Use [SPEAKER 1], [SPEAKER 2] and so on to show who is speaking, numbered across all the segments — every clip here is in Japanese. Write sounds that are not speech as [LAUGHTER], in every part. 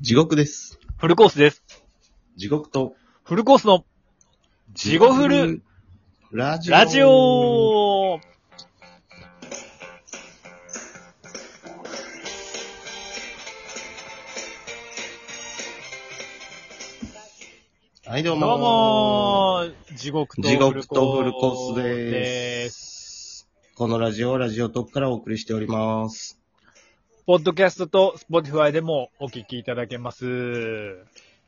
[SPEAKER 1] 地獄です。
[SPEAKER 2] フルコースです。
[SPEAKER 1] 地獄と、
[SPEAKER 2] フルコースの地獄フル、
[SPEAKER 1] ラジオ。
[SPEAKER 2] ラジオ
[SPEAKER 1] はい、どう
[SPEAKER 2] どう
[SPEAKER 1] もー。
[SPEAKER 2] もー地獄と
[SPEAKER 1] 地
[SPEAKER 2] フ
[SPEAKER 1] 獄
[SPEAKER 2] ル
[SPEAKER 1] と
[SPEAKER 2] コ
[SPEAKER 1] フルコー
[SPEAKER 2] ース
[SPEAKER 1] スで。
[SPEAKER 2] ですす。
[SPEAKER 1] このラジオはラジオトークからお送りしております。
[SPEAKER 2] ポッドキャストとスポティファイでもお聞きいただけます。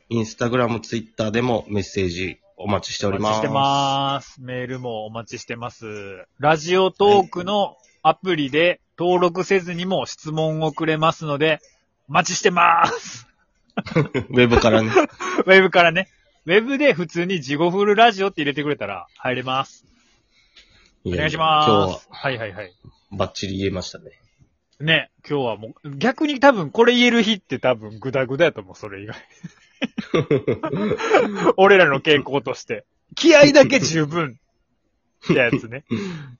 [SPEAKER 1] インスタグラム、ツイッターでもメッセージお待ちしてお
[SPEAKER 2] お
[SPEAKER 1] り
[SPEAKER 2] 待
[SPEAKER 1] ま
[SPEAKER 2] ち
[SPEAKER 1] す。
[SPEAKER 2] してます。メールもお待ちしてます。ラジオトークのアプリで登録せずにも質問をくれますので、お待ちしてます。 [LAUGHS]
[SPEAKER 1] ウェブからね。
[SPEAKER 2] ウェブからね。ウェブで普通にジゴフルラジオって入れてくれたら入れます。
[SPEAKER 1] お
[SPEAKER 2] お願いします。
[SPEAKER 1] 今日は
[SPEAKER 2] はいはいはい。
[SPEAKER 1] バッチリ言えましたね。
[SPEAKER 2] ね、今日はもう、逆に多分これ言える日って多分グダグダやと思う、それ以外。俺らの傾向として。気合だけ十分。ってやつね。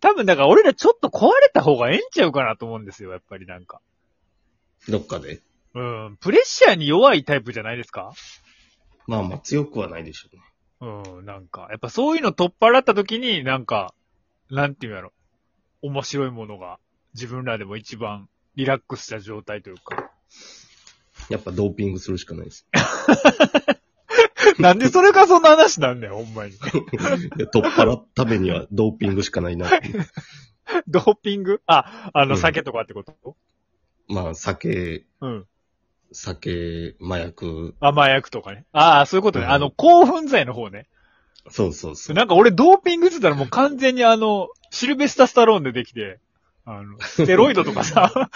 [SPEAKER 2] 多分だから俺らちょっと壊れた方がええんちゃうかなと思うんですよ、やっぱりなんか。
[SPEAKER 1] どっかで。
[SPEAKER 2] うん。プレッシャーに弱いタイプじゃないですか
[SPEAKER 1] まあまあ強くはないでしょうね。
[SPEAKER 2] うん、なんか。やっぱそういうの取っ払った時に、なんか、なんていうんやろ。面白いものが自分らでも一番リラックスした状態というか。 [LAUGHS]
[SPEAKER 1] やっぱドーピングするしかないです。
[SPEAKER 2] なんでそれがそんな話なんだよ、ほんまに。
[SPEAKER 1] いや取っ払うためにはドーピングしかない
[SPEAKER 2] [LAUGHS]
[SPEAKER 1] なっていう。
[SPEAKER 2] ドーピングあ、あ
[SPEAKER 1] う
[SPEAKER 2] の、
[SPEAKER 1] ん
[SPEAKER 2] 酒とかってこと、
[SPEAKER 1] まあ、酒、
[SPEAKER 2] うん、
[SPEAKER 1] 酒、麻薬、
[SPEAKER 2] 甘い薬とかね。ああ、そういうことね。
[SPEAKER 1] うん
[SPEAKER 2] あの、興奮剤の方ね。
[SPEAKER 1] そうそうそう。
[SPEAKER 2] なんか俺ドーピングって言ったらもう完全にあの、シルベスタ・スタローンでできて、あの、ステロイドと
[SPEAKER 1] [LAUGHS]
[SPEAKER 2] かさ、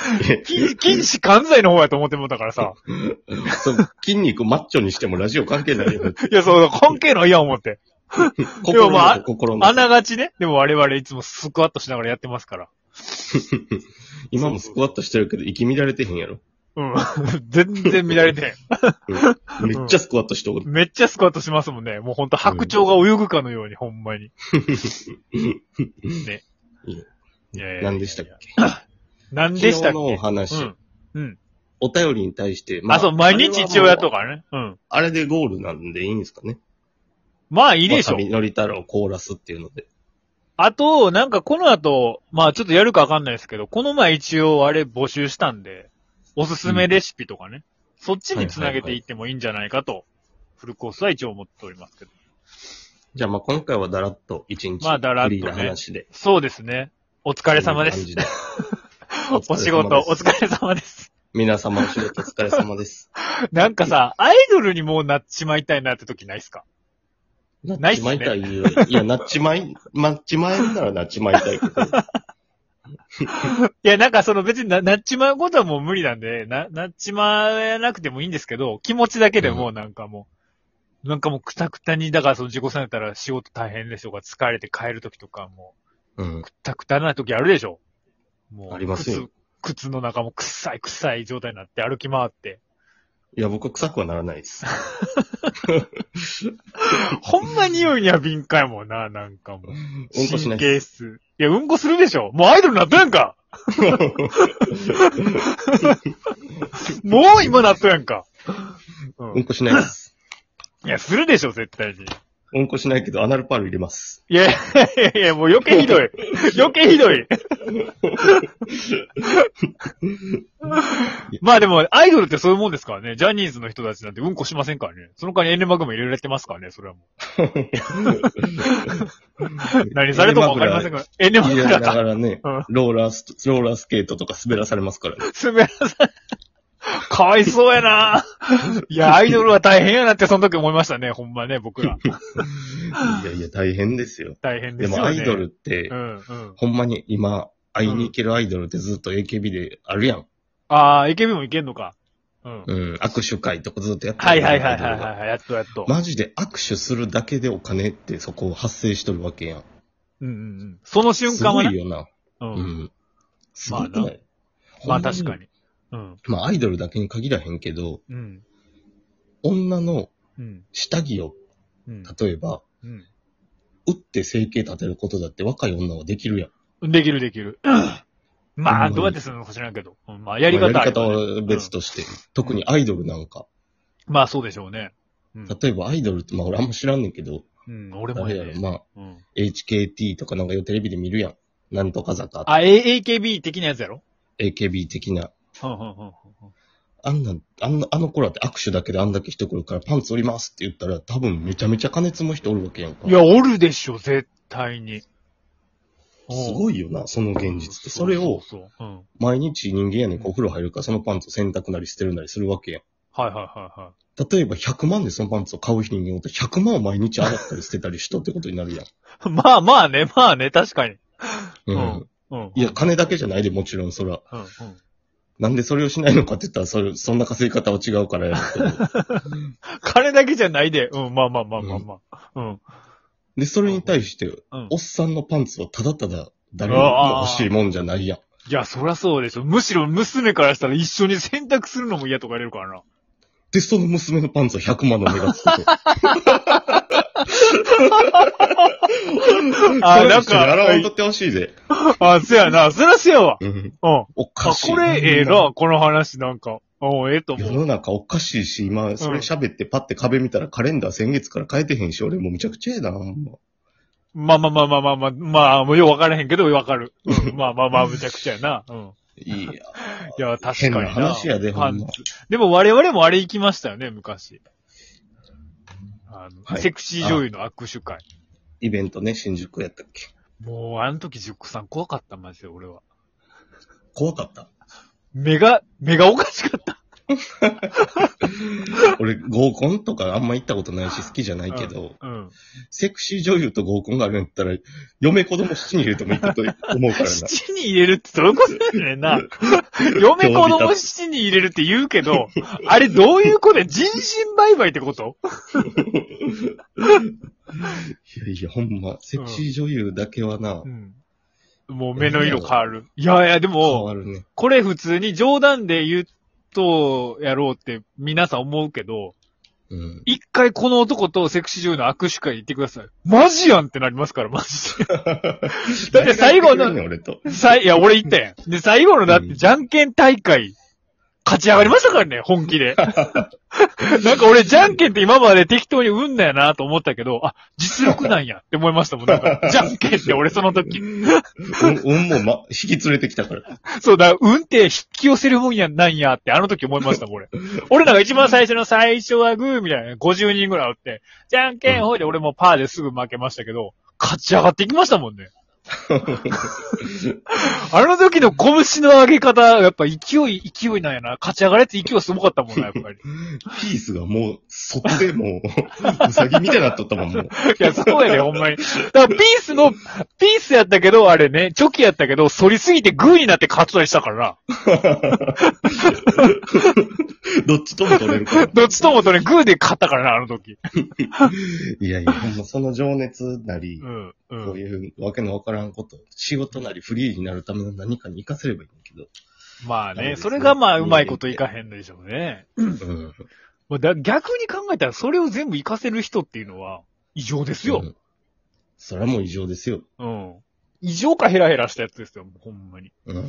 [SPEAKER 2] 禁禁止管剤の方やと思ってもうたからさ。
[SPEAKER 1] [LAUGHS] そう筋肉マッチョにしてもラジオ関係ない
[SPEAKER 2] [LAUGHS]
[SPEAKER 1] よ。
[SPEAKER 2] いや、そう、関係ないや思って。
[SPEAKER 1] 心
[SPEAKER 2] まあ
[SPEAKER 1] の心
[SPEAKER 2] あ
[SPEAKER 1] の。
[SPEAKER 2] ながちね。でも我々いつもスクワットしながらやってますから。
[SPEAKER 1] 今もスクワットしてるけど、息乱れてへんやろ。
[SPEAKER 2] うん。 [LAUGHS] 全然見られて
[SPEAKER 1] うんめっちゃスクワットしてお
[SPEAKER 2] ん。
[SPEAKER 1] る。
[SPEAKER 2] めっちゃスクワットしますもんね。もうほんと白鳥が泳ぐかのように、ほんまに。ね。いやいやいや
[SPEAKER 1] 何でしたっけ
[SPEAKER 2] [LAUGHS] なんでした
[SPEAKER 1] 昨日
[SPEAKER 2] っ
[SPEAKER 1] のお
[SPEAKER 2] けう
[SPEAKER 1] 話
[SPEAKER 2] ん。。うん。
[SPEAKER 1] お便りに対して、
[SPEAKER 2] あ、そう、毎日一応やっと
[SPEAKER 1] か。
[SPEAKER 2] かね。うん。
[SPEAKER 1] あれでゴールなんでいいんですかね。
[SPEAKER 2] まあいいでしょ
[SPEAKER 1] わさ。びのり太郎コーラスっていうので。
[SPEAKER 2] あと、なんかこの後、まあちょっとやるかわかんないですけど、この前一応あれ募集したんで、おすすめレシピとかね、そっちにつなげていってもいいんじゃないかと、フルコースは一応思っておりますけど。
[SPEAKER 1] じゃあまあ今回はだらっと一日。
[SPEAKER 2] まあだらっと
[SPEAKER 1] フ
[SPEAKER 2] ね
[SPEAKER 1] リーな話で。
[SPEAKER 2] そうですね。お疲
[SPEAKER 1] お
[SPEAKER 2] れ様です。。 [LAUGHS] お仕事、お疲れ様です。
[SPEAKER 1] 皆様お仕事お疲れ様です。
[SPEAKER 2] なんかさ、アイドルにもうなっちまいたいなって時ないっすか
[SPEAKER 1] なっちまいたいよ。いや、なっちまい、なっちまえるならなっちまいたいけど。
[SPEAKER 2] いや、なんかその別にななっちまうことはもう無理なんで、な、なっちまえなくてもいいんですけど、気持ちだけでもうなんかもう、なんかもうくたくたに、だからその自己さんだったら仕事大変でしょうが、疲れて帰るときとかも
[SPEAKER 1] うん
[SPEAKER 2] う、。くたくたなときあるでしょもう、
[SPEAKER 1] ありますよ
[SPEAKER 2] 靴。靴の中も臭い臭い状態になって歩き回って。
[SPEAKER 1] いや、僕は臭くはならないです。
[SPEAKER 2] ほんま匂いには敏感やもんな、なんかもう。
[SPEAKER 1] うんこしな
[SPEAKER 2] 神
[SPEAKER 1] いで
[SPEAKER 2] 経質。いや、うんこするでしょもうアイドルなったやん
[SPEAKER 1] [LAUGHS]
[SPEAKER 2] かもう今なったやんか、うん
[SPEAKER 1] うんこしないです。
[SPEAKER 2] いや、するでしょ、絶対に。
[SPEAKER 1] うんこしないけど、アナルパール入れます。
[SPEAKER 2] いや、いやいや、もう余計ひ [LAUGHS] どい。余計ひ
[SPEAKER 1] [LAUGHS]
[SPEAKER 2] どい。まあでも、アイドルってそういうもんですからね。ジャニーズの人たちなんてうんこしませんからね。その代わりエンレマグも入れられてますからね、それはも
[SPEAKER 1] [LAUGHS]
[SPEAKER 2] う。何されてもわかりませんから。エンレマ
[SPEAKER 1] 入
[SPEAKER 2] グ
[SPEAKER 1] れ
[SPEAKER 2] ラ
[SPEAKER 1] な
[SPEAKER 2] か。
[SPEAKER 1] がらね
[SPEAKER 2] うん、
[SPEAKER 1] ローラース、ローラースケートとか滑らされますからね。
[SPEAKER 2] すみません。かわいそう
[SPEAKER 1] [LAUGHS]
[SPEAKER 2] やな。いや、アイドルは大変やなって、その時思いましたね、ほんまね、僕ら。
[SPEAKER 1] いやいや、大変ですよ。
[SPEAKER 2] 大変で
[SPEAKER 1] です
[SPEAKER 2] よ
[SPEAKER 1] も
[SPEAKER 2] ね。
[SPEAKER 1] アイドルっ
[SPEAKER 2] う
[SPEAKER 1] て、
[SPEAKER 2] ん、うん。
[SPEAKER 1] ほんまに今、会いに行けるアイドルってずっと AKB であるやん。
[SPEAKER 2] ああ、AKB もいけんのか。うん。
[SPEAKER 1] うん、握手会とかずっとやってる
[SPEAKER 2] はいはいは
[SPEAKER 1] アイ
[SPEAKER 2] い
[SPEAKER 1] ドル
[SPEAKER 2] はい
[SPEAKER 1] が
[SPEAKER 2] はい、やっとやっと。
[SPEAKER 1] マジで握手するだけでお金ってそこ発生しとるわけやん。
[SPEAKER 2] うんうんうん。その瞬
[SPEAKER 1] す
[SPEAKER 2] 間
[SPEAKER 1] ご
[SPEAKER 2] はいね。
[SPEAKER 1] よな。う
[SPEAKER 2] う。
[SPEAKER 1] んん。すごくない
[SPEAKER 2] まあ確か。に。うん。
[SPEAKER 1] ほんまにまあアイドルだけに限らへんけど、
[SPEAKER 2] うん。
[SPEAKER 1] 女の
[SPEAKER 2] うん。
[SPEAKER 1] 下着を、
[SPEAKER 2] うん
[SPEAKER 1] 例えば、
[SPEAKER 2] う
[SPEAKER 1] 打って整形立てることだって若い女はできるやん。
[SPEAKER 2] ん。できるできる。ま
[SPEAKER 1] う
[SPEAKER 2] あ、
[SPEAKER 1] ん
[SPEAKER 2] どうやってするのか知らんけど。うんまあ、やり方
[SPEAKER 1] まあ
[SPEAKER 2] あ
[SPEAKER 1] やり
[SPEAKER 2] る
[SPEAKER 1] 方
[SPEAKER 2] よね
[SPEAKER 1] は別として、特にアイドルなんか、
[SPEAKER 2] まあそうでしょうね。うん。
[SPEAKER 1] 例えばアイドルって、まあ俺あんま知らんねんけど、
[SPEAKER 2] うん、俺も
[SPEAKER 1] 誰や
[SPEAKER 2] ね
[SPEAKER 1] ろ、。まあ、
[SPEAKER 2] うん。
[SPEAKER 1] HKT とかなんかようテレビで見るやん。なんとか坂とか、
[SPEAKER 2] あ、A、AKB 的なやつやろ
[SPEAKER 1] AKB 的な。
[SPEAKER 2] うんうんうんうんうん。
[SPEAKER 1] あんな、あんな、あの子らって握手だけであんだけ人来るからパンツ折りますって言ったら多分めちゃめちゃ加熱も人おるわけやんか。
[SPEAKER 2] いや、おるでしょ、絶対に。
[SPEAKER 1] すごいよな、その現実って。それを、
[SPEAKER 2] そうそうそううん。
[SPEAKER 1] 毎日人間やねん、こうお風呂入るからそのパンツを洗濯なり捨てるなりするわけやん。
[SPEAKER 2] はいはいはいはい。
[SPEAKER 1] 例えば100万でそのパンツを買う人によって100万を毎日洗ったり捨てたりしとってことになるやん。 [LAUGHS]
[SPEAKER 2] まあまあね、まあね、確かに。
[SPEAKER 1] うん。
[SPEAKER 2] うんうん。
[SPEAKER 1] いや、金だけじゃないでもちろん、そら。
[SPEAKER 2] うんうん。
[SPEAKER 1] なんでそれをしないのかって言ったら、それ、そんな稼ぎ方は違うからやなと思う
[SPEAKER 2] 金だけじゃないで。うん、まあまあまあまあまあ。うん。
[SPEAKER 1] で、それに対して、
[SPEAKER 2] うん
[SPEAKER 1] おっさんのパンツはただただ誰にも欲しいもんじゃないやん。
[SPEAKER 2] いや、そりゃそうでしょ。むしろ娘からしたら一緒に洗濯するのも嫌とか言われる
[SPEAKER 1] [LAUGHS]
[SPEAKER 2] からな。
[SPEAKER 1] で、その娘のパンツは100万の値がつくと。 [LAUGHS]
[SPEAKER 2] あ
[SPEAKER 1] それ
[SPEAKER 2] なんか
[SPEAKER 1] 一緒に洗わんとってほしいで。
[SPEAKER 2] あ、そやな、そりゃそうやわ。
[SPEAKER 1] うん。
[SPEAKER 2] うん。あ、
[SPEAKER 1] おかしい。
[SPEAKER 2] これええな、この話なんか。うん、ええと
[SPEAKER 1] 世
[SPEAKER 2] 思う。
[SPEAKER 1] の中おかしいし、今、それ喋ってパッて壁見たらカレンダー先月から変えてへんし、俺もうむちゃくちゃええな、ほんま
[SPEAKER 2] まあまあまあまあまあまあ、まあ、もうよう分からへんけど、わかる。うん、まあまあまあ、むちゃくちゃやな。うん。
[SPEAKER 1] いや、
[SPEAKER 2] いや、確かに
[SPEAKER 1] 変
[SPEAKER 2] な。
[SPEAKER 1] な話やで、ほ
[SPEAKER 2] パ
[SPEAKER 1] ん
[SPEAKER 2] ン
[SPEAKER 1] ま。
[SPEAKER 2] ツ。でも我々もあれ行きましたよね、昔。あの、
[SPEAKER 1] はい
[SPEAKER 2] セクシー女優の握手会。
[SPEAKER 1] イベントね、新宿やったっけ。
[SPEAKER 2] もう、あの時、ジュックさん怖かった、マジで、俺は。
[SPEAKER 1] 怖かった。
[SPEAKER 2] 目が、目がおかしかった。
[SPEAKER 1] 俺、合コンとかあんま行ったことないし、好きじゃないけど、
[SPEAKER 2] うん。
[SPEAKER 1] セクシー女優と合コンがあるんだったら、嫁子供7人入れてもいいこと思う
[SPEAKER 2] [LAUGHS]
[SPEAKER 1] からな。
[SPEAKER 2] 七に入れるってどういうことやねん [LAUGHS] な。嫁子供七に入れるって言うけ [LAUGHS] ど、あれどういうことや人身売買ってこと
[SPEAKER 1] いやいや、ほんま、セクシー女優だけはな、
[SPEAKER 2] うん。もう目の色変わる。いやいや、で
[SPEAKER 1] 変
[SPEAKER 2] も、
[SPEAKER 1] わるね。
[SPEAKER 2] これ普通に冗談で言うと、やろうって皆さん思うけど、 [LAUGHS]
[SPEAKER 1] うん。
[SPEAKER 2] 一回この男とセクシー女優の握手会行ってください。マジやんってなりますから、マジで。だって最後
[SPEAKER 1] 誰が言ってくれ
[SPEAKER 2] の
[SPEAKER 1] んねん俺と。
[SPEAKER 2] さい、いや、俺言ったやん。で、最後のだっ
[SPEAKER 1] う
[SPEAKER 2] て、
[SPEAKER 1] ん
[SPEAKER 2] じゃんけん大会、勝ち上がりましたからね、本気で。 [LAUGHS] なんか俺、じゃんけんって今まで適当に運だよなと思ったけど、あ、実力なんやって思いましたもん。なんか、じゃんけんって俺その時。
[SPEAKER 1] うん、うんも、ま、引き連れてきたから。
[SPEAKER 2] [LAUGHS] そうだ、運って引き寄せるもんや、なんやって、あの時思いましたもん、俺。俺なんか一番最初の最初はグーみたいな、50人ぐらいおって、じゃんけんほいで俺もパーですぐ負けましたけど、勝ち上がってきましたもんね。あの時の拳の上げ方、やっぱ勢い、勢いなんやな。勝ち上がれって勢いすごかったもんな、やっぱり。
[SPEAKER 1] ピースがもう、そってもう、う [LAUGHS] さぎみたいになっとったもん、もう。
[SPEAKER 2] いや、そうやね、ほんまに。だから、ピースの、ピースやったけど、あれね、チョキやったけど、反りすぎてグーになって勝つとりしたからな。
[SPEAKER 1] どっちとも取れるから。
[SPEAKER 2] どっちともとね、グーで勝ったからな、あの時。
[SPEAKER 1] いやいや、ほんまその情熱なり、
[SPEAKER 2] うん、う。
[SPEAKER 1] こうんいうわけのわからんこと、仕事なりフリーになるための何かに活かせればいいんだけど。
[SPEAKER 2] まあ
[SPEAKER 1] そうで
[SPEAKER 2] ね、
[SPEAKER 1] すね
[SPEAKER 2] それがまあ、うまいこといかへんでしょうね。
[SPEAKER 1] うん。
[SPEAKER 2] まあ、だ逆に考えたら、それを全部活かせる人っていうのは、異常ですよ。
[SPEAKER 1] うんそれはもう異常ですよ。
[SPEAKER 2] うん。異常かヘラヘラしたやつですよ、ほんまに。
[SPEAKER 1] うん。
[SPEAKER 2] うん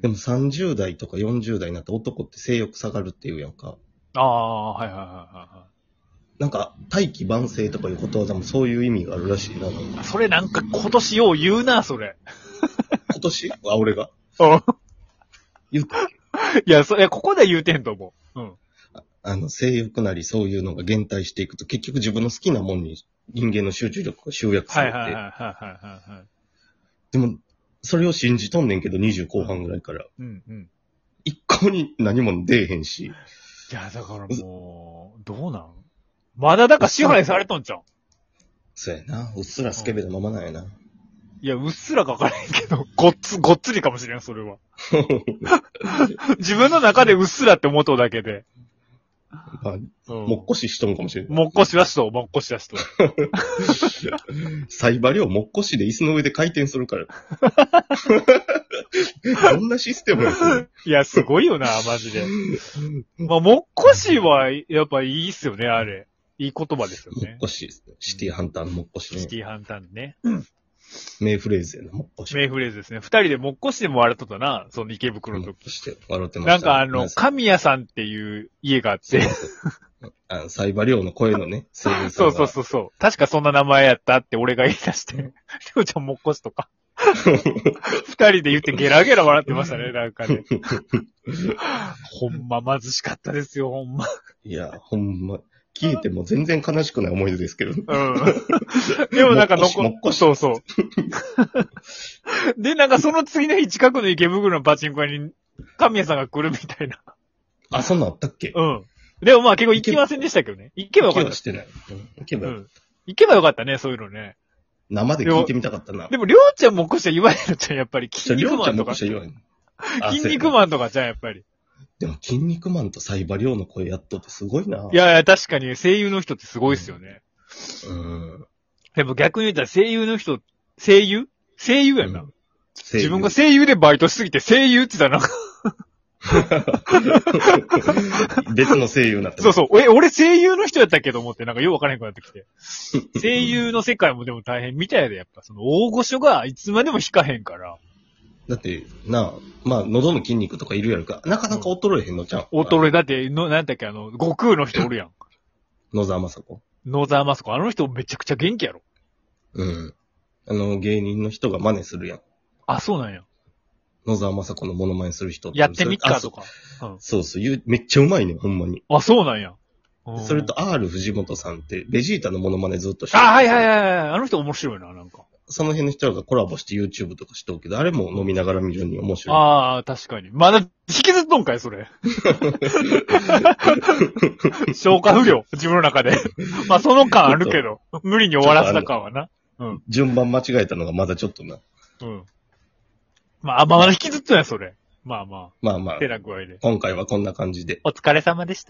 [SPEAKER 1] でも30代とか40代になって男って性欲下がるっていうやんか。
[SPEAKER 2] ああ、はいはいはいはいはい。
[SPEAKER 1] なんか、大器晩成とかいうことわざもそういう意味があるらしいな。なんか
[SPEAKER 2] あそれなんか今年よう言うな、それ。
[SPEAKER 1] 今年あ、俺が。言った
[SPEAKER 2] いや、それ、ここで言うてんと思う。うん。
[SPEAKER 1] あの、性欲なりそういうのが減退していくと、結局自分の好きなもんに人間の集中力が集約さ
[SPEAKER 2] は
[SPEAKER 1] れ
[SPEAKER 2] い
[SPEAKER 1] て。
[SPEAKER 2] はいはいはいはいはい。
[SPEAKER 1] でも、それを信じとんねんけど、20後半ぐらいから。
[SPEAKER 2] うんうん。
[SPEAKER 1] 一向に何も出えへんし。
[SPEAKER 2] いや、だからもう、どうなんまだだから支配されとんじゃん。
[SPEAKER 1] そうやな。うっすらスケベのままなんやな。
[SPEAKER 2] いや、うっすらかわからへんけど、ごっつ、ごっつりかもしれん、そ
[SPEAKER 1] [LAUGHS]
[SPEAKER 2] れは。自分の中でうっすらって思うとうだけで。
[SPEAKER 1] まあ、
[SPEAKER 2] うん
[SPEAKER 1] もっこししとんかもしれん。
[SPEAKER 2] もっこしだしと、もっこしだしと。
[SPEAKER 1] サイバリをもっこしで椅子の上で回転する
[SPEAKER 2] [LAUGHS]
[SPEAKER 1] から。どんなシステムやそれ
[SPEAKER 2] いや、すごいよな、マジで。まあ、もっこしは、やっぱいいっすよね、あれ。いい言葉ですよ
[SPEAKER 1] もっ
[SPEAKER 2] ね。
[SPEAKER 1] こし、シティハンターのもっこし
[SPEAKER 2] シテ
[SPEAKER 1] ね。
[SPEAKER 2] ィハンターのね。
[SPEAKER 1] 名フレーズやな、もっこし。
[SPEAKER 2] 名フレーズですね。二人でもっこしでも笑っとったな、その池袋
[SPEAKER 1] も
[SPEAKER 2] の
[SPEAKER 1] っ
[SPEAKER 2] 時。
[SPEAKER 1] こして笑ってま
[SPEAKER 2] なん
[SPEAKER 1] した。
[SPEAKER 2] かあの、
[SPEAKER 1] 皆さん
[SPEAKER 2] 神谷さんっていう家があって、
[SPEAKER 1] あのサイバリオの声のね、声優さん
[SPEAKER 2] [LAUGHS] そう
[SPEAKER 1] が。
[SPEAKER 2] そうそうそう。確かそんな名前やったって俺が言い出して、りょうちゃんもっこしとか。 [LAUGHS] 二人で言ってゲラゲラ笑ってましたね、なんかね。ほんま貧しかったですよ、ほんま。
[SPEAKER 1] いや、ほんま、聞いても全然悲しくない思い出ですけど。
[SPEAKER 2] うん。でもなんか
[SPEAKER 1] もっこし
[SPEAKER 2] 残
[SPEAKER 1] もっこし
[SPEAKER 2] そうそう。で、なんかその次の日近くの池袋のパチンコ屋に、神谷さんが来るみたいな。
[SPEAKER 1] あ、そんなんあったっけ
[SPEAKER 2] うん。でもまあ結構行きませんでしたけどね。行けばよかっ
[SPEAKER 1] 気は
[SPEAKER 2] た。
[SPEAKER 1] してない。うんいけば
[SPEAKER 2] う
[SPEAKER 1] よかった、
[SPEAKER 2] ん。行けばよかったね、そういうのね。
[SPEAKER 1] 生で聞いてみたかったな。
[SPEAKER 2] でも、りょうちゃんもこしちゃ言われるちゃん、やっぱり。
[SPEAKER 1] じゃ
[SPEAKER 2] 筋
[SPEAKER 1] ありょ
[SPEAKER 2] 肉
[SPEAKER 1] うち
[SPEAKER 2] マ
[SPEAKER 1] ゃん
[SPEAKER 2] ン
[SPEAKER 1] もこ
[SPEAKER 2] とか
[SPEAKER 1] っ。ちゃ言わへん。あ
[SPEAKER 2] [LAUGHS] 筋肉マンとかじゃん、やっぱり。
[SPEAKER 1] でも、筋肉マンとサイバリオの声やっとってすごいな。
[SPEAKER 2] い、やいや、確かに声優の人ってすごいっすよね。
[SPEAKER 1] うん。
[SPEAKER 2] でも逆に言ったら声優の人、声優声優やな。
[SPEAKER 1] うん
[SPEAKER 2] 自分が声優でバイトしすぎて声優って言ったらなんか、
[SPEAKER 1] 別の声優になって
[SPEAKER 2] そう
[SPEAKER 1] ます
[SPEAKER 2] そう、え、俺声優の人やったっけと思って、なんかようわからへんくなってき [LAUGHS] て。声優の世界もでも大変みたいで、やっぱその大御所がいつまでも引かへんから、
[SPEAKER 1] だって、なあ、まあ、喉の筋肉とかいるやろか。なかなか衰えへんのちゃう
[SPEAKER 2] 衰
[SPEAKER 1] え。
[SPEAKER 2] え、だって、の、なんだっけ、あの、悟空の人おるやん。
[SPEAKER 1] 野沢雅子。
[SPEAKER 2] 野沢雅子、あの人めちゃくちゃ元気やろ。
[SPEAKER 1] うん。あの、芸人の人が真似するやん。
[SPEAKER 2] あ、そうなんや。
[SPEAKER 1] 野沢雅子のモノマネする人
[SPEAKER 2] やってみっかと
[SPEAKER 1] か。
[SPEAKER 2] か。うん。
[SPEAKER 1] そうそう言う、めっちゃうまいねん、ほんまに。
[SPEAKER 2] あ、そうなんや。うん
[SPEAKER 1] それと R 藤本さんって、ベジータのモノマネずっとしてる
[SPEAKER 2] あ、はいはいはいはい。あの人面白いな、なんか。
[SPEAKER 1] その辺の人らがコラボして YouTube とかしとうけど、あれも飲みながら見るに面白い。
[SPEAKER 2] ああ、確かに。まだ、引きずっとんかい、そ [LAUGHS] れ。消化不良、自分の中 [LAUGHS] で。まあ、その感あるけど、無理に終わらせた感はな。
[SPEAKER 1] 順番間違えたのがまだちょっとな。
[SPEAKER 2] うん。まあ、あまあまだ引きずっとんや、それ。まあま
[SPEAKER 1] まあま
[SPEAKER 2] あ、
[SPEAKER 1] あ
[SPEAKER 2] て、な具合で。
[SPEAKER 1] 今回はこんな感じで。
[SPEAKER 2] お疲れ様でした。